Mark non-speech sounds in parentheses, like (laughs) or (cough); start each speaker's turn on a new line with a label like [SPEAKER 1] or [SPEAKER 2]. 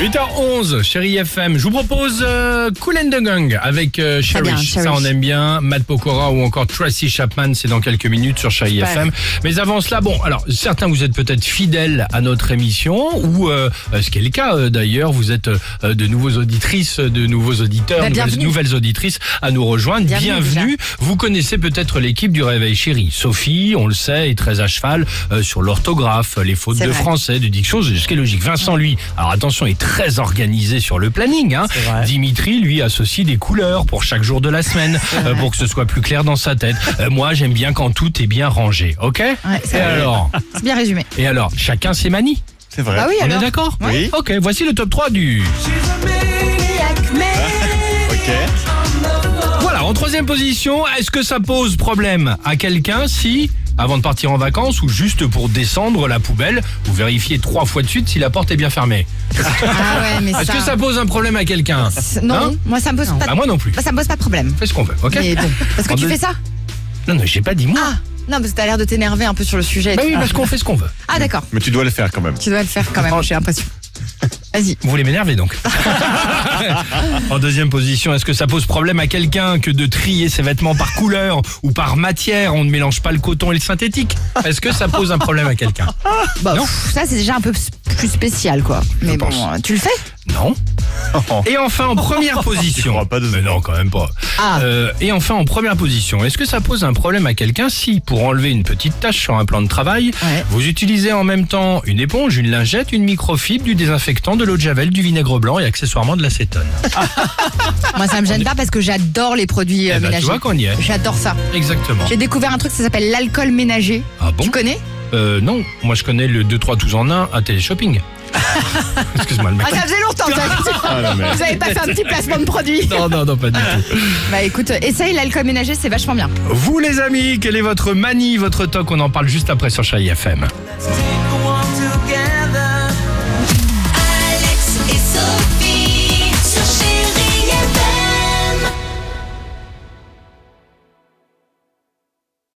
[SPEAKER 1] 8h11, chérie FM, je vous propose euh, Cool and the Gang avec euh, Cherish.
[SPEAKER 2] bien,
[SPEAKER 1] Ça,
[SPEAKER 2] Cherish.
[SPEAKER 1] on aime bien. Matt Pokora ou encore Tracy Chapman, c'est dans quelques minutes sur chérie
[SPEAKER 2] Super.
[SPEAKER 1] FM. Mais avant cela, bon, alors, certains, vous êtes peut-être fidèles à notre émission ou, euh, euh, ce qui est le cas euh, d'ailleurs, vous êtes euh, de nouveaux auditrices, de nouveaux auditeurs,
[SPEAKER 2] Bah,
[SPEAKER 1] nouvelles,
[SPEAKER 2] bienvenue.
[SPEAKER 1] nouvelles auditrices à nous rejoindre.
[SPEAKER 2] Bienvenue,
[SPEAKER 1] bienvenue. Vous connaissez peut-être l'équipe du Réveil Chéri. Sophie, on le sait, est très à cheval euh, sur l'orthographe, les fautes
[SPEAKER 2] C'est
[SPEAKER 1] de
[SPEAKER 2] vrai.
[SPEAKER 1] français, de diction, c'est ce qui est logique. Vincent, lui, alors attention, est très organisé sur le planning. Hein. Dimitri, lui, associe des couleurs pour chaque jour de la semaine, euh, pour que ce soit plus clair dans sa tête. Euh, moi, j'aime bien quand tout est bien rangé, ok
[SPEAKER 2] c'est
[SPEAKER 1] Et
[SPEAKER 2] vrai.
[SPEAKER 1] alors Bah
[SPEAKER 2] C'est bien résumé.
[SPEAKER 1] Et alors Chacun ses manies
[SPEAKER 3] C'est vrai.
[SPEAKER 2] Ah oui,
[SPEAKER 1] On est
[SPEAKER 2] alors.
[SPEAKER 1] d'accord
[SPEAKER 3] Oui.
[SPEAKER 1] Ok, voici le top 3 du...
[SPEAKER 3] (laughs) Ok.
[SPEAKER 1] Voilà, en troisième position, est-ce que ça pose problème à quelqu'un si, avant de partir en vacances ou juste pour descendre la poubelle, vous vérifiez trois fois de suite si la porte est bien fermée
[SPEAKER 2] Ah ouais, mais
[SPEAKER 1] Est-ce que ça pose un problème à quelqu'un
[SPEAKER 2] C'est- Non,
[SPEAKER 1] Hein
[SPEAKER 2] moi ça me pose pas.
[SPEAKER 1] Bah moi non plus.
[SPEAKER 2] de- Ça me pose pas de problème.
[SPEAKER 1] Fais ce qu'on veut, ok (laughs)
[SPEAKER 2] Mais bon, parce que
[SPEAKER 1] En
[SPEAKER 2] tu
[SPEAKER 1] deux-
[SPEAKER 2] fais ça
[SPEAKER 1] Non, non, j'ai pas dit moi.
[SPEAKER 2] Ah non, parce que t'as l'air de t'énerver un peu sur le sujet. et
[SPEAKER 1] bah
[SPEAKER 2] tout.
[SPEAKER 1] oui, parce qu'on fait ce qu'on veut.
[SPEAKER 2] Ah d'accord.
[SPEAKER 3] Mais tu dois le faire quand même.
[SPEAKER 2] Tu dois le faire quand même. J'ai l'impression. Vas-y.
[SPEAKER 1] Vous voulez m'énerver
[SPEAKER 3] (laughs)
[SPEAKER 1] donc En deuxième position, est-ce que ça pose problème à quelqu'un que de trier ses vêtements par couleur ou par matière On ne mélange pas le coton et le synthétique. Est-ce que ça pose un problème à quelqu'un
[SPEAKER 2] Bah,
[SPEAKER 1] Non.
[SPEAKER 2] pff, ça c'est déjà un peu s- plus spécial quoi. Mais bon,
[SPEAKER 3] pense.
[SPEAKER 2] euh, tu le fais
[SPEAKER 3] (laughs)
[SPEAKER 1] Non. Et enfin en première position.
[SPEAKER 3] crois pas de-
[SPEAKER 1] Mais non, quand même pas.
[SPEAKER 2] Ah.
[SPEAKER 1] Euh, et enfin en première position, est-ce que ça pose un problème à quelqu'un si, pour enlever une petite tâche sur un plan de travail,
[SPEAKER 2] Ouais.
[SPEAKER 1] vous utilisez en même temps une éponge, une lingette, une microfibre, du désinfectant, de l'eau de javel, du vinaigre blanc et accessoirement de l'acétone
[SPEAKER 2] Moi ça me gêne pas parce que j'adore les produits euh,
[SPEAKER 1] Eh ben, tu
[SPEAKER 2] ménagers.
[SPEAKER 1] vois qu'on y est.
[SPEAKER 2] J'adore ça.
[SPEAKER 1] Exactement.
[SPEAKER 2] J'ai découvert un truc ça s'appelle l'alcool ménager.
[SPEAKER 1] Ah bon
[SPEAKER 2] Tu connais
[SPEAKER 1] Euh, non, moi je connais le 2-3 12 en 1 à
[SPEAKER 2] (laughs)
[SPEAKER 1] téléshopping. Excuse-moi le mec.
[SPEAKER 2] Ah ça faisait
[SPEAKER 1] (laughs)
[SPEAKER 2] longtemps. Ça.
[SPEAKER 3] Ah, la merde.
[SPEAKER 2] Vous avez pas fait un petit placement de produit
[SPEAKER 1] Non, Oh, non, non, pas du tout.
[SPEAKER 2] Bah écoute, essaye l'alcool ménager, c'est vachement bien.
[SPEAKER 1] Vous les amis, quelle est votre manie, votre toc On en parle juste après sur Chai FM.